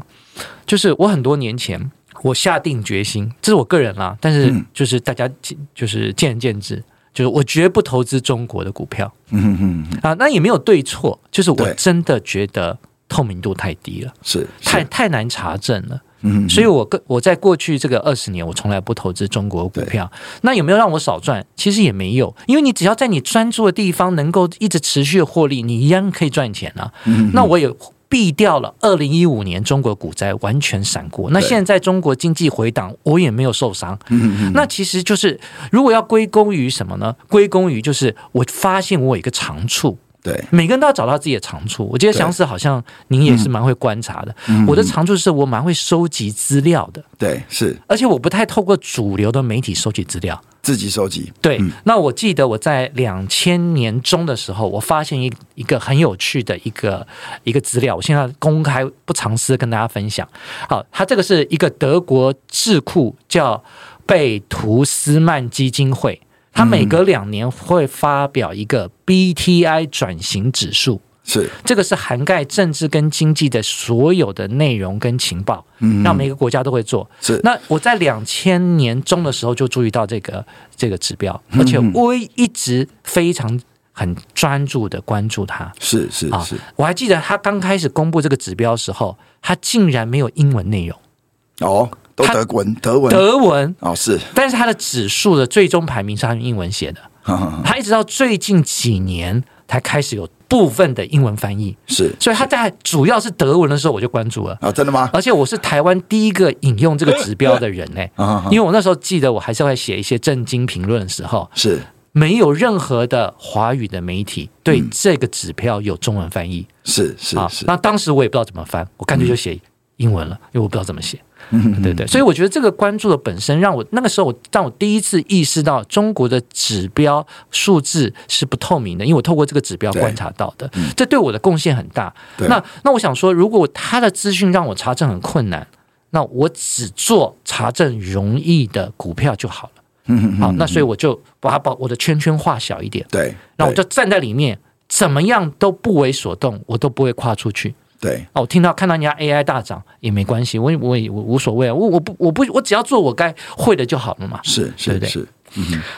[SPEAKER 2] 就是我很多年前我下定决心，这是我个人啦，但是
[SPEAKER 1] 嗯
[SPEAKER 2] 就是大家见就是见仁见智，就是我绝不投资中国的股票
[SPEAKER 1] 嗯哼哼哼，
[SPEAKER 2] 啊，那也没有对错，就是我
[SPEAKER 1] 对
[SPEAKER 2] 真的觉得透明度太低了，
[SPEAKER 1] 是
[SPEAKER 2] 太
[SPEAKER 1] 是
[SPEAKER 2] 太难查证了。
[SPEAKER 1] 嗯哼哼
[SPEAKER 2] 所以我个我在过去这个二十年，我从来不投资中国股票。那有没有让我少赚？其实也没有，因为你只要在你专注的地方能够一直持续获利，你一样可以赚钱啊。
[SPEAKER 1] 嗯
[SPEAKER 2] 那我也。避掉了二零一五年中国股灾完全闪过，那现在中国经济回档，我也没有受伤。
[SPEAKER 1] 嗯
[SPEAKER 2] 那其实就是如果要归功于什么呢？归功于就是我发现我有一个长处，
[SPEAKER 1] 对，
[SPEAKER 2] 每个人都要找到自己的长处。我觉得祥子好像您也是蛮会观察的，我的长处是我蛮会收集资料的，
[SPEAKER 1] 对，是
[SPEAKER 2] 而且我不太透过主流的媒体收集资料。
[SPEAKER 1] 自己收集，
[SPEAKER 2] 对，那我记得我在两千年中的时候，我发现一一个很有趣的一个一个资料，我现在公开不藏私跟大家分享。好，它这个是一个德国智库叫贝图斯曼基金会，它每隔两年会发表一个 BTI 转型指数。
[SPEAKER 1] 是
[SPEAKER 2] 这个是涵盖政治跟经济的所有的内容跟情报，嗯，那每个国家都会做。
[SPEAKER 1] 是
[SPEAKER 2] 那我在两千年中的时候就注意到这个这个指标，而且我一直非常很专注的关注它
[SPEAKER 1] 是是
[SPEAKER 2] 啊
[SPEAKER 1] 是，。
[SPEAKER 2] 我还记得他刚开始公布这个指标的时候，他竟然没有英文内容，
[SPEAKER 1] 哦，都
[SPEAKER 2] 他
[SPEAKER 1] 德文德文
[SPEAKER 2] 德文，
[SPEAKER 1] 哦，是， <laughs>
[SPEAKER 2] 但是它的指数的最终排名是他用英文写的，
[SPEAKER 1] 哈哈哈
[SPEAKER 2] 他一直到最近几年才开始有部分的英文翻译。
[SPEAKER 1] 是
[SPEAKER 2] 所以他在主要是德文的时候我就关注了，
[SPEAKER 1] 啊，真的吗？
[SPEAKER 2] 而且我是台湾第一个引用这个指标的人呢、
[SPEAKER 1] 啊，
[SPEAKER 2] 因为我那时候记得我还是会写一些正经评论的时候，
[SPEAKER 1] 是
[SPEAKER 2] 没有任何的华语的媒体对这个指标有中文翻译
[SPEAKER 1] 是是
[SPEAKER 2] 啊
[SPEAKER 1] 是。嗯
[SPEAKER 2] 那当时我也不知道怎么翻，我干脆就写英文了，因为我不知道怎么写。对对，所以我觉得这个关注的本身让我那个时候我让我第一次意识到中国的指标数字是不透明的，因为我透过这个指标
[SPEAKER 1] 对嗯
[SPEAKER 2] 观察到的，这对我的贡献很大。
[SPEAKER 1] 对
[SPEAKER 2] 那那我想说，如果他的资讯让我查证很困难，那我只做查证容易的股票就好了。
[SPEAKER 1] 嗯
[SPEAKER 2] 好，那所以我就把它把我的圈圈画小一点，
[SPEAKER 1] 对，
[SPEAKER 2] 那我
[SPEAKER 1] 对
[SPEAKER 2] 就站在里面，怎么样都不为所动，我都不会跨出去。
[SPEAKER 1] 对
[SPEAKER 2] 哦，我听到看到人家 AI 大涨也没关系，我也我也我无所谓啊，我我不我不我只要做我该会的就好了嘛。
[SPEAKER 1] 是
[SPEAKER 2] 对
[SPEAKER 1] 是
[SPEAKER 2] 不对
[SPEAKER 1] 是，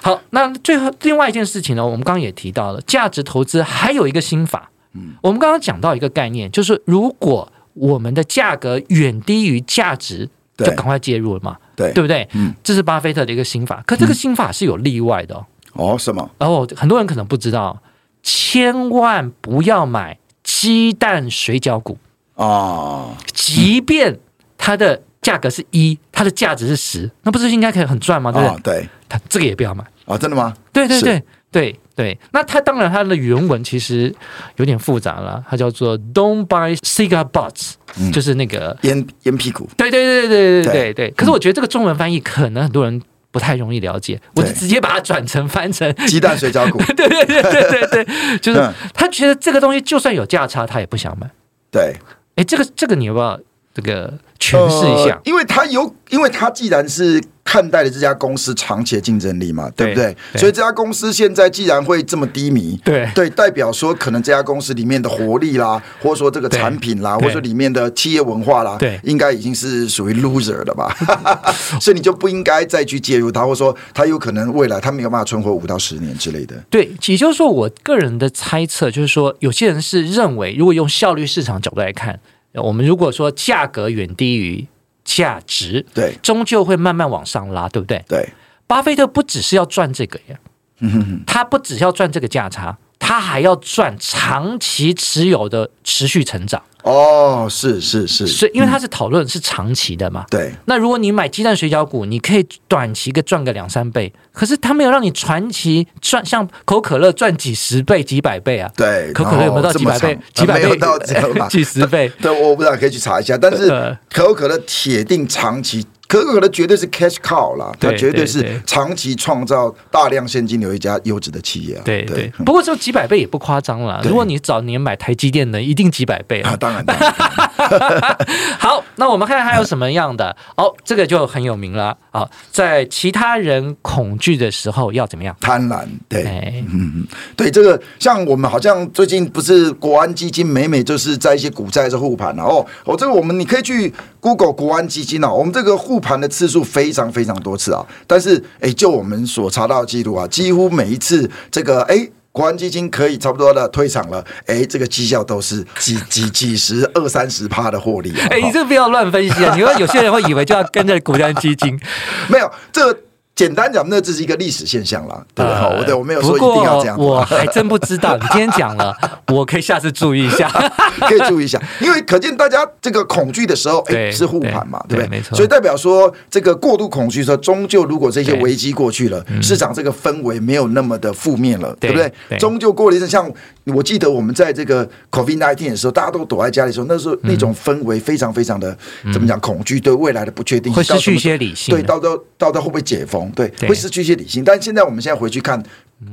[SPEAKER 2] 好，那最后另外一件事情呢，我们刚刚也提到了，价值投资还有一个心法。嗯，我们刚刚讲到一个概念，就是如果我们的价格远低于价值，就
[SPEAKER 1] 对
[SPEAKER 2] 赶快介入了嘛，
[SPEAKER 1] 对嗯
[SPEAKER 2] 对不对？嗯，这是巴菲特的一个心法，可这个心法是有例外的哦。
[SPEAKER 1] 哦，什么？
[SPEAKER 2] 然后很多人可能不知道，千万不要买鸡蛋水饺股。啊
[SPEAKER 1] 哦，
[SPEAKER 2] 即便它的价格是一，它的价值是十，那不是应该可以很赚吗？对不对
[SPEAKER 1] 哦，？对，
[SPEAKER 2] 它、这个也不要买。
[SPEAKER 1] 哦，真的吗？
[SPEAKER 2] 对对
[SPEAKER 1] 是
[SPEAKER 2] 对对对。那它当然它的原文其实有点复杂了，它叫做 “Don't buy cigar butts”，、就是那个
[SPEAKER 1] 烟烟屁
[SPEAKER 2] <laughs>
[SPEAKER 1] 股，
[SPEAKER 2] 对对对对对对
[SPEAKER 1] 嗯
[SPEAKER 2] 对
[SPEAKER 1] 对
[SPEAKER 2] 对。可是我觉得这个中文翻译可能很多人不太容易了解，我就直接把它转成翻成。
[SPEAKER 1] 鸡蛋水饺股，
[SPEAKER 2] 对对对对对对， <laughs> 就是
[SPEAKER 1] 嗯
[SPEAKER 2] 他觉得这个东西就算有价差，他也不想买。
[SPEAKER 1] 对，
[SPEAKER 2] 哎，这个这个你要不要这个诠释一下
[SPEAKER 1] 呃？因为它有，因为它既然是看待了这家公司长期的竞争力嘛，对不
[SPEAKER 2] 对
[SPEAKER 1] 对？
[SPEAKER 2] 对
[SPEAKER 1] 所以这家公司现在既然会这么低迷，
[SPEAKER 2] 对
[SPEAKER 1] 对，代表说可能这家公司里面的活力啦，或者说这个
[SPEAKER 2] 对
[SPEAKER 1] 产品啦，
[SPEAKER 2] 对
[SPEAKER 1] 或者说里面的企业文化啦，
[SPEAKER 2] 对
[SPEAKER 1] 应该已经是属于 loser 了
[SPEAKER 2] <laughs>
[SPEAKER 1] 吧？ <laughs> 所以你就不应该再去介入它，或者说它有可能未来它没有办法存活五到十年之类的。
[SPEAKER 2] 对，也就是说，我个人的猜测就是说，有些人是认为，如果用效率市场角度来看，呃我们如果说价格远低于价值，
[SPEAKER 1] 对
[SPEAKER 2] 终究会慢慢往上拉，对不对？
[SPEAKER 1] 对，
[SPEAKER 2] 巴菲特不只是要赚这个呀，
[SPEAKER 1] 嗯
[SPEAKER 2] 他不只是要赚这个价差，他还要赚长期持有的持续成长。
[SPEAKER 1] 哦哦，是是是，嗯
[SPEAKER 2] 所以因为它是讨论是长期的嘛。
[SPEAKER 1] 对，
[SPEAKER 2] 那如果你买鸡蛋水饺股，你可以短期个赚个两三倍，可是它没有让你传奇赚像可口可乐赚几十倍、几百倍啊。
[SPEAKER 1] 对，
[SPEAKER 2] 可口可乐有没有到几百倍
[SPEAKER 1] 然后？
[SPEAKER 2] 几
[SPEAKER 1] 这么长
[SPEAKER 2] 百
[SPEAKER 1] 呃没有
[SPEAKER 2] 倍？
[SPEAKER 1] 到这个吧
[SPEAKER 2] <laughs> 几十倍？
[SPEAKER 1] 对，我不知道，可以去查一下。但是
[SPEAKER 2] 呃
[SPEAKER 1] 可口可乐铁定长期，可口可乐绝对是 cash cow 啦，它
[SPEAKER 2] 对
[SPEAKER 1] 绝对
[SPEAKER 2] 对对
[SPEAKER 1] 是长期创造大量现金流一家优质的企业啊。
[SPEAKER 2] 对对
[SPEAKER 1] 对，，嗯
[SPEAKER 2] 不过这几百倍也不夸张啦。
[SPEAKER 1] 对
[SPEAKER 2] 如果你早年买台积电的，一定几百
[SPEAKER 1] <laughs> <laughs>
[SPEAKER 2] 倍
[SPEAKER 1] 啊，
[SPEAKER 2] 啊。
[SPEAKER 1] 当然，当然
[SPEAKER 2] 好，那我们看看还有什么样的哦，这个就很有名了啊、哦在其他人恐惧的时候要怎么样？
[SPEAKER 1] 贪婪，对，
[SPEAKER 2] 哎，
[SPEAKER 1] 对这个，像我们好像最近不是国安基金，每每就是在一些股债是护盘然后哦，这个我们你可以去 Google 国安基金啊，我们这个护盘的次数非常非常多次啊，但是哎，就我们所查到的记录啊，几乎每一次这个哎。国安基金可以差不多的退场了，哎，这个绩效都是几 <laughs> 几几十二三十趴的获利啊！
[SPEAKER 2] 哎，你这不要乱分析啊！你会有些人会以为就要跟着股债基金，
[SPEAKER 1] 没有这个简单讲，那这是一个历史现象啦，对不对？
[SPEAKER 2] 呃
[SPEAKER 1] 我对我没有说
[SPEAKER 2] 不
[SPEAKER 1] 一
[SPEAKER 2] 过
[SPEAKER 1] 定要这样子啊。
[SPEAKER 2] 我还真不知道，你今天讲了，我可以下次注意
[SPEAKER 1] <laughs>
[SPEAKER 2] 一下。
[SPEAKER 1] 可以注意一下，因为可见大家这个恐惧的时候，哎、
[SPEAKER 2] 对
[SPEAKER 1] 是护盘嘛，
[SPEAKER 2] 对
[SPEAKER 1] 对不对？
[SPEAKER 2] 对没错
[SPEAKER 1] 所以代表说，这个过度恐惧的时候，终究如果这些
[SPEAKER 2] 对嗯
[SPEAKER 1] 危机过去了，市场这个氛围没有那么的负面了，对
[SPEAKER 2] 对
[SPEAKER 1] 不对？
[SPEAKER 2] 对
[SPEAKER 1] 终究过了一阵，像我记得我们在这个 COVID 1 9的时候，大家都躲在家里的时候，那时候那种氛围非常非常的、怎么讲，恐惧对未来的不确定性，
[SPEAKER 2] 嗯会失去一些
[SPEAKER 1] 到什么
[SPEAKER 2] 理性啊
[SPEAKER 1] 对，到到到到会不会解封？对，
[SPEAKER 2] 对
[SPEAKER 1] 会失去一些理性。但现在我们现在回去看。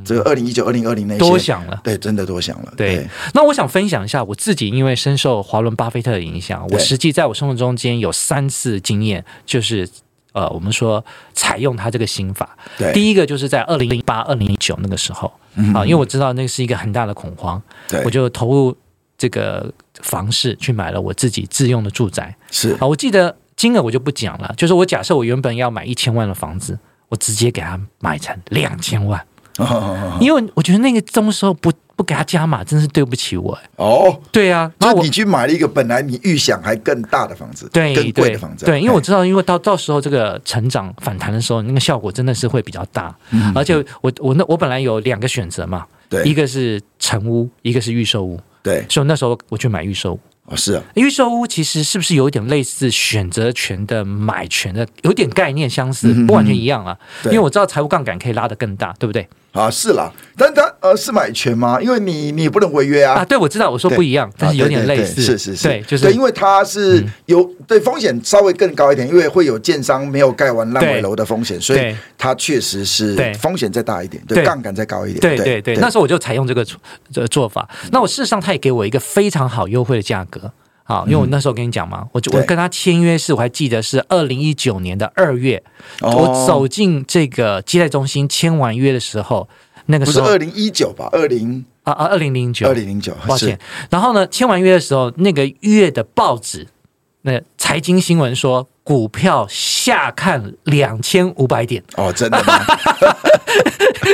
[SPEAKER 1] 这个二零一九、二零二零那些
[SPEAKER 2] 多想了
[SPEAKER 1] 对，真的多想了。
[SPEAKER 2] 对，那我想分享一下我自己，因为深受华伦巴菲特的影响，我
[SPEAKER 1] 对
[SPEAKER 2] 实际在我生活中间有三次经验，就是呃，我们说采用他这个心法。
[SPEAKER 1] 对嗯
[SPEAKER 2] 第一个就是在二零零八、二零零九那个时候啊，因为我知道那是一个很大的恐慌，
[SPEAKER 1] 对，
[SPEAKER 2] 我就投入这个房市去买了我自己自用的住宅。
[SPEAKER 1] 是
[SPEAKER 2] 啊，我记得金额我就不讲了，就是我假设我原本要买一千万的房子，我直接给它买成两千万，
[SPEAKER 1] 哦
[SPEAKER 2] 因为我觉得那个这么时候不不给他加码，真是对不起我。哎
[SPEAKER 1] 哦，
[SPEAKER 2] 对啊，然
[SPEAKER 1] 就
[SPEAKER 2] 后我
[SPEAKER 1] 你去买了一个本来你预想还更大的房子，
[SPEAKER 2] 对
[SPEAKER 1] 更贵
[SPEAKER 2] 对
[SPEAKER 1] 的房子，啊
[SPEAKER 2] 对，因为我
[SPEAKER 1] 嘿
[SPEAKER 2] 知道，因为到到时候这个成长反弹的时候，那个效果真的是会比较大。而且我我那我本来有两个选择嘛，
[SPEAKER 1] 嗯对
[SPEAKER 2] 一个是成屋，一个是预售屋，
[SPEAKER 1] 对
[SPEAKER 2] 所以那时候我去买预售屋。
[SPEAKER 1] 哦是啊，
[SPEAKER 2] 预售屋其实是不是有一点类似选择权的买权的，有点概念相
[SPEAKER 1] 嗯
[SPEAKER 2] 似，不完全一样啊。因
[SPEAKER 1] 对
[SPEAKER 2] 为我知道财务杠杆可以拉得更大，对不对？
[SPEAKER 1] 啊是啦，但它呃是买权吗？因为你你也不能违约
[SPEAKER 2] 啊，
[SPEAKER 1] 啊。
[SPEAKER 2] 对，我知道，我说不一样，但是有点类
[SPEAKER 1] 啊
[SPEAKER 2] 似，
[SPEAKER 1] 对对对是是是，
[SPEAKER 2] 对，就是嗯
[SPEAKER 1] 对，因为它是有对风险稍微更高一点，因为会有建商没有盖完烂尾楼的风险，所以
[SPEAKER 2] 对
[SPEAKER 1] 它确实是
[SPEAKER 2] 对
[SPEAKER 1] 风险再大一点，
[SPEAKER 2] 对
[SPEAKER 1] 对杠杆再高一点，
[SPEAKER 2] 对
[SPEAKER 1] 对
[SPEAKER 2] 对
[SPEAKER 1] 嗯
[SPEAKER 2] 对，那时候我就采用这个做这个做法。那我事实上他也给我一个非常好优惠的价格。啊，因为我那时候跟你讲嘛，我就我
[SPEAKER 1] 嗯对
[SPEAKER 2] 跟他签约是，我还记得是二零一九年的二月，
[SPEAKER 1] 哦
[SPEAKER 2] 我走进这个接待中心签完约的时候，那个
[SPEAKER 1] 不
[SPEAKER 2] 时
[SPEAKER 1] 是
[SPEAKER 2] 候
[SPEAKER 1] 二零一九吧？二零
[SPEAKER 2] 啊啊，二零零九，
[SPEAKER 1] 二零零九，
[SPEAKER 2] 抱
[SPEAKER 1] 啊是
[SPEAKER 2] 歉。然后呢，签完约的时候，那个月的报纸，那财经新闻说股票下看两千五
[SPEAKER 1] <laughs>
[SPEAKER 2] 百点。
[SPEAKER 1] 哦，真的吗？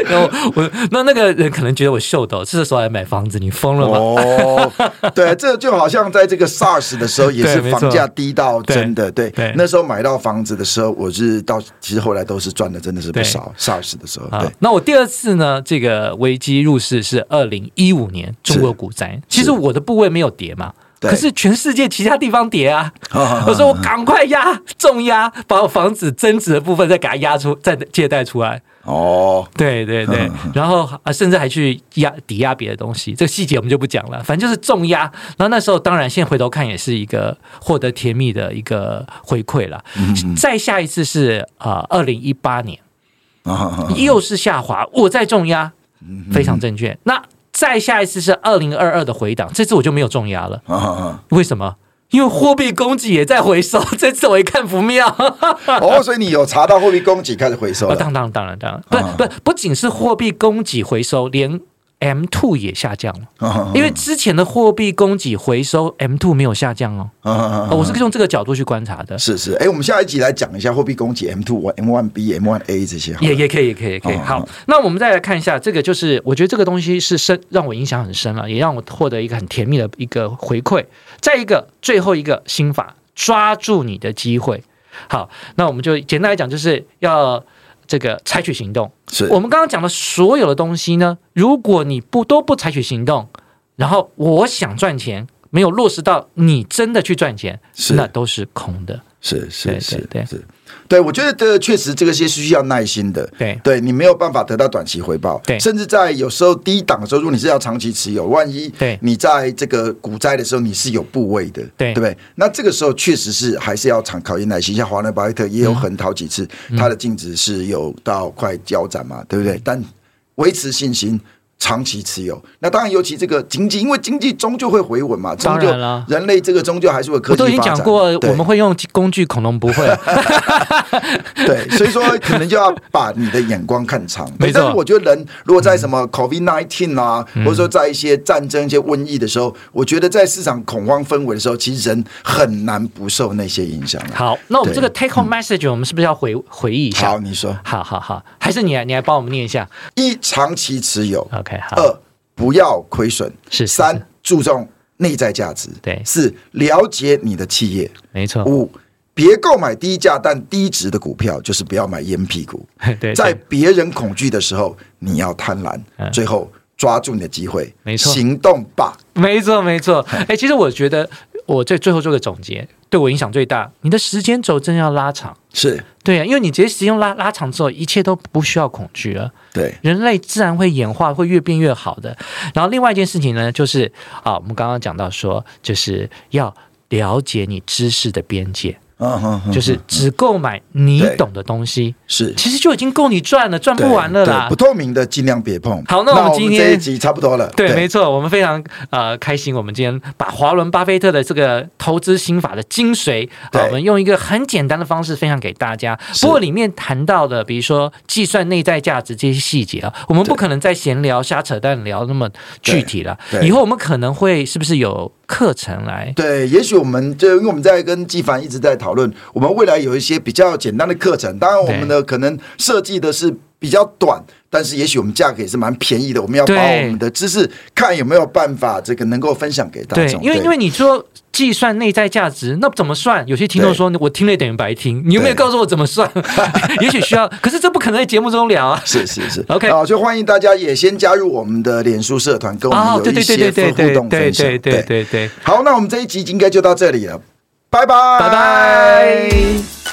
[SPEAKER 2] 然后我那那个人可能觉得我秀逗，这时候来买房子，你疯了吗？
[SPEAKER 1] 哦，对，这就好像在这个 SARS 的时候，也
[SPEAKER 2] <laughs> 对
[SPEAKER 1] 是
[SPEAKER 2] 没错
[SPEAKER 1] 房价低到
[SPEAKER 2] 对
[SPEAKER 1] 真的，对
[SPEAKER 2] 对，
[SPEAKER 1] 那时候买到房子的时候，我是到其实后来都是赚的，真的是不少。SARS 的时候，
[SPEAKER 2] 啊
[SPEAKER 1] 对，，
[SPEAKER 2] 那我第二次呢，这个危机入市是二零一五年中国股灾，其实我的部位没有跌嘛。
[SPEAKER 1] 对
[SPEAKER 2] 可是全世界其他地方跌啊！
[SPEAKER 1] 啊
[SPEAKER 2] 我说我赶快压重压，把我房子增值的部分再给它压出，再借贷出来。
[SPEAKER 1] 哦，
[SPEAKER 2] 对对对，然后啊，甚至还去压抵押别的东西，这个细节我们就不讲了，反正就是重压。然后那时候，当然现在回头看也是一个获得甜蜜的一个回馈了。再下一次是啊，二零一八年
[SPEAKER 1] 啊，
[SPEAKER 2] 又是下滑，我再重压，非常证券。那再下一次是二零二二的回档，这次我就没有重压了，
[SPEAKER 1] 啊
[SPEAKER 2] <laughs>
[SPEAKER 1] 啊
[SPEAKER 2] 为什么？因为货币供给也在回收， <laughs> 这次我一看不妙。
[SPEAKER 1] 啊哦，所以你有查到货币供给开始回收
[SPEAKER 2] 哦，
[SPEAKER 1] 了啊
[SPEAKER 2] 当当当然当然，不不不仅是货币供给回收，连 M two 也下降了，
[SPEAKER 1] 啊啊
[SPEAKER 2] 因为之前的货币供给回收 M two 没有下降哦。
[SPEAKER 1] 啊啊啊
[SPEAKER 2] 哦我是用这个角度去观察
[SPEAKER 1] <laughs>
[SPEAKER 2] 的，
[SPEAKER 1] 是是，哎，我们下一集来讲一下货币供给 M two、M one B、M one A 这些好了，
[SPEAKER 2] 也也可以，也可以，也可以。
[SPEAKER 1] 哦
[SPEAKER 2] 好，那我们再来看一下，这个就是我觉得这个东西是深让我影响很深了，也让我获得一个很甜蜜的一个回馈。再一个，最后一个心法，抓住你的机会。好，那我们就简单来讲，就是要这个采取行动。
[SPEAKER 1] 是
[SPEAKER 2] 我们刚刚讲的所有的东西呢，如果你不都不采取行动，然后我想赚钱，没有落实到你真的去赚钱，
[SPEAKER 1] 是
[SPEAKER 2] 那都是空的。
[SPEAKER 1] 是
[SPEAKER 2] 对
[SPEAKER 1] 是是
[SPEAKER 2] 对对
[SPEAKER 1] 是，对我觉得这确实这个些是需要耐心的，
[SPEAKER 2] 对
[SPEAKER 1] 对你没有办法得到短期回报，
[SPEAKER 2] 对
[SPEAKER 1] 甚至在有时候低档的时候，如果你是要长期持有，万一
[SPEAKER 2] 对
[SPEAKER 1] 你在这个股灾的时候你是有部位的，对
[SPEAKER 2] 对
[SPEAKER 1] 不对？那这个时候确实是还是要长考验耐心，像华伦巴菲特
[SPEAKER 2] 嗯
[SPEAKER 1] 也有很好几次，他的净值是有到快腰斩嘛，对不对？但维持信心。长期持有，那当然，尤其这个经济，因为经济终究会回稳嘛，终究
[SPEAKER 2] 当然啦
[SPEAKER 1] 人类这个终究还是会有科
[SPEAKER 2] 我
[SPEAKER 1] 技发展。
[SPEAKER 2] 都已经讲过，
[SPEAKER 1] 对
[SPEAKER 2] 我们会用工具，恐龙不
[SPEAKER 1] <laughs>
[SPEAKER 2] 会。
[SPEAKER 1] 对，所以说可能就要把你的眼光看长。
[SPEAKER 2] <laughs>
[SPEAKER 1] 对
[SPEAKER 2] 没错嗯
[SPEAKER 1] 但是我觉得人如果在什么 COVID nineteen 啊，或者说在一些战争、一些瘟疫的时候，我觉得在市场恐慌氛围的时候，其实人很难不受那些影响啊。
[SPEAKER 2] 好，那我们
[SPEAKER 1] 对嗯
[SPEAKER 2] 这个 take home message，我们是不是要回回忆一下？
[SPEAKER 1] 好，你说
[SPEAKER 2] 好好好，还是你来你来帮我们念一下。
[SPEAKER 1] 一长期持有，
[SPEAKER 2] OK，好，
[SPEAKER 1] 二不要亏损，
[SPEAKER 2] 是是
[SPEAKER 1] 三
[SPEAKER 2] 是
[SPEAKER 1] 注重内在价值，
[SPEAKER 2] 对哦
[SPEAKER 1] 四了解你的企业，
[SPEAKER 2] 没错，
[SPEAKER 1] 五。别购买低价但低值的股票，就是不要买烟屁股。
[SPEAKER 2] <laughs> 对对，
[SPEAKER 1] 在别人恐惧的时候，你要贪婪，
[SPEAKER 2] 嗯
[SPEAKER 1] 最后抓住你的机会，
[SPEAKER 2] 没错
[SPEAKER 1] 行动吧。
[SPEAKER 2] 没错，没错。哎，其实我觉得，我这最后做个总结，对我影响最大。你的时间轴真要拉长，
[SPEAKER 1] 是
[SPEAKER 2] 对啊，因为你直接时间拉拉长之后，一切都不需要恐惧了，
[SPEAKER 1] 对，
[SPEAKER 2] 人类自然会演化，会越变越好的。然后另外一件事情呢，就是啊，我们刚刚讲到说，就是要了解你知识的边界，
[SPEAKER 1] 嗯哼哼，
[SPEAKER 2] 就是只购买你
[SPEAKER 1] 对
[SPEAKER 2] 懂的东西，
[SPEAKER 1] 是
[SPEAKER 2] 其实就已经够你赚了，赚
[SPEAKER 1] 对
[SPEAKER 2] 不完了啦
[SPEAKER 1] 对不。透明的尽量别碰。
[SPEAKER 2] 好那我们今天
[SPEAKER 1] 这一集差不多了。
[SPEAKER 2] 对，没错，我们非常呃开心，我们今天把华伦巴菲特的这个投资心法的精髓，
[SPEAKER 1] 对
[SPEAKER 2] 啊我们用一个很简单的方式分享给大家。不过里面谈到的，比如说计算内在价值这些细节啊，我们不可能在闲聊、瞎扯淡聊那么具体了。
[SPEAKER 1] 对对
[SPEAKER 2] 以后我们可能会是不是有课程来？
[SPEAKER 1] 对，也许我们就因为我们在跟纪凡一直在讨论，我们未来有一些比较简单的课程，当然我们的可能设计的是比较短，但是也许我们价格也是蛮便宜的。我们要把
[SPEAKER 2] 对
[SPEAKER 1] 我们的知识看有没有办法这个能够分享给大
[SPEAKER 2] 对
[SPEAKER 1] 众。，
[SPEAKER 2] 因为因为你说计算内在价值，那怎么算？有些听众
[SPEAKER 1] 对
[SPEAKER 2] 说，我听了等于白听，你有没有
[SPEAKER 1] 对
[SPEAKER 2] 告诉我怎么算？ <laughs> 也许需要，可是这不可能在节目中聊啊。
[SPEAKER 1] 是是是
[SPEAKER 2] <laughs> OK
[SPEAKER 1] 好，就欢迎大家也先加入我们的脸书社团，跟我
[SPEAKER 2] 哦，
[SPEAKER 1] 们
[SPEAKER 2] 对
[SPEAKER 1] 有一
[SPEAKER 2] 对对
[SPEAKER 1] 些
[SPEAKER 2] 对对
[SPEAKER 1] 互
[SPEAKER 2] 对
[SPEAKER 1] 动
[SPEAKER 2] 对
[SPEAKER 1] 分享。
[SPEAKER 2] 对对对对。
[SPEAKER 1] 好，那我们这一集应该就到这里了，拜拜，
[SPEAKER 2] 拜拜。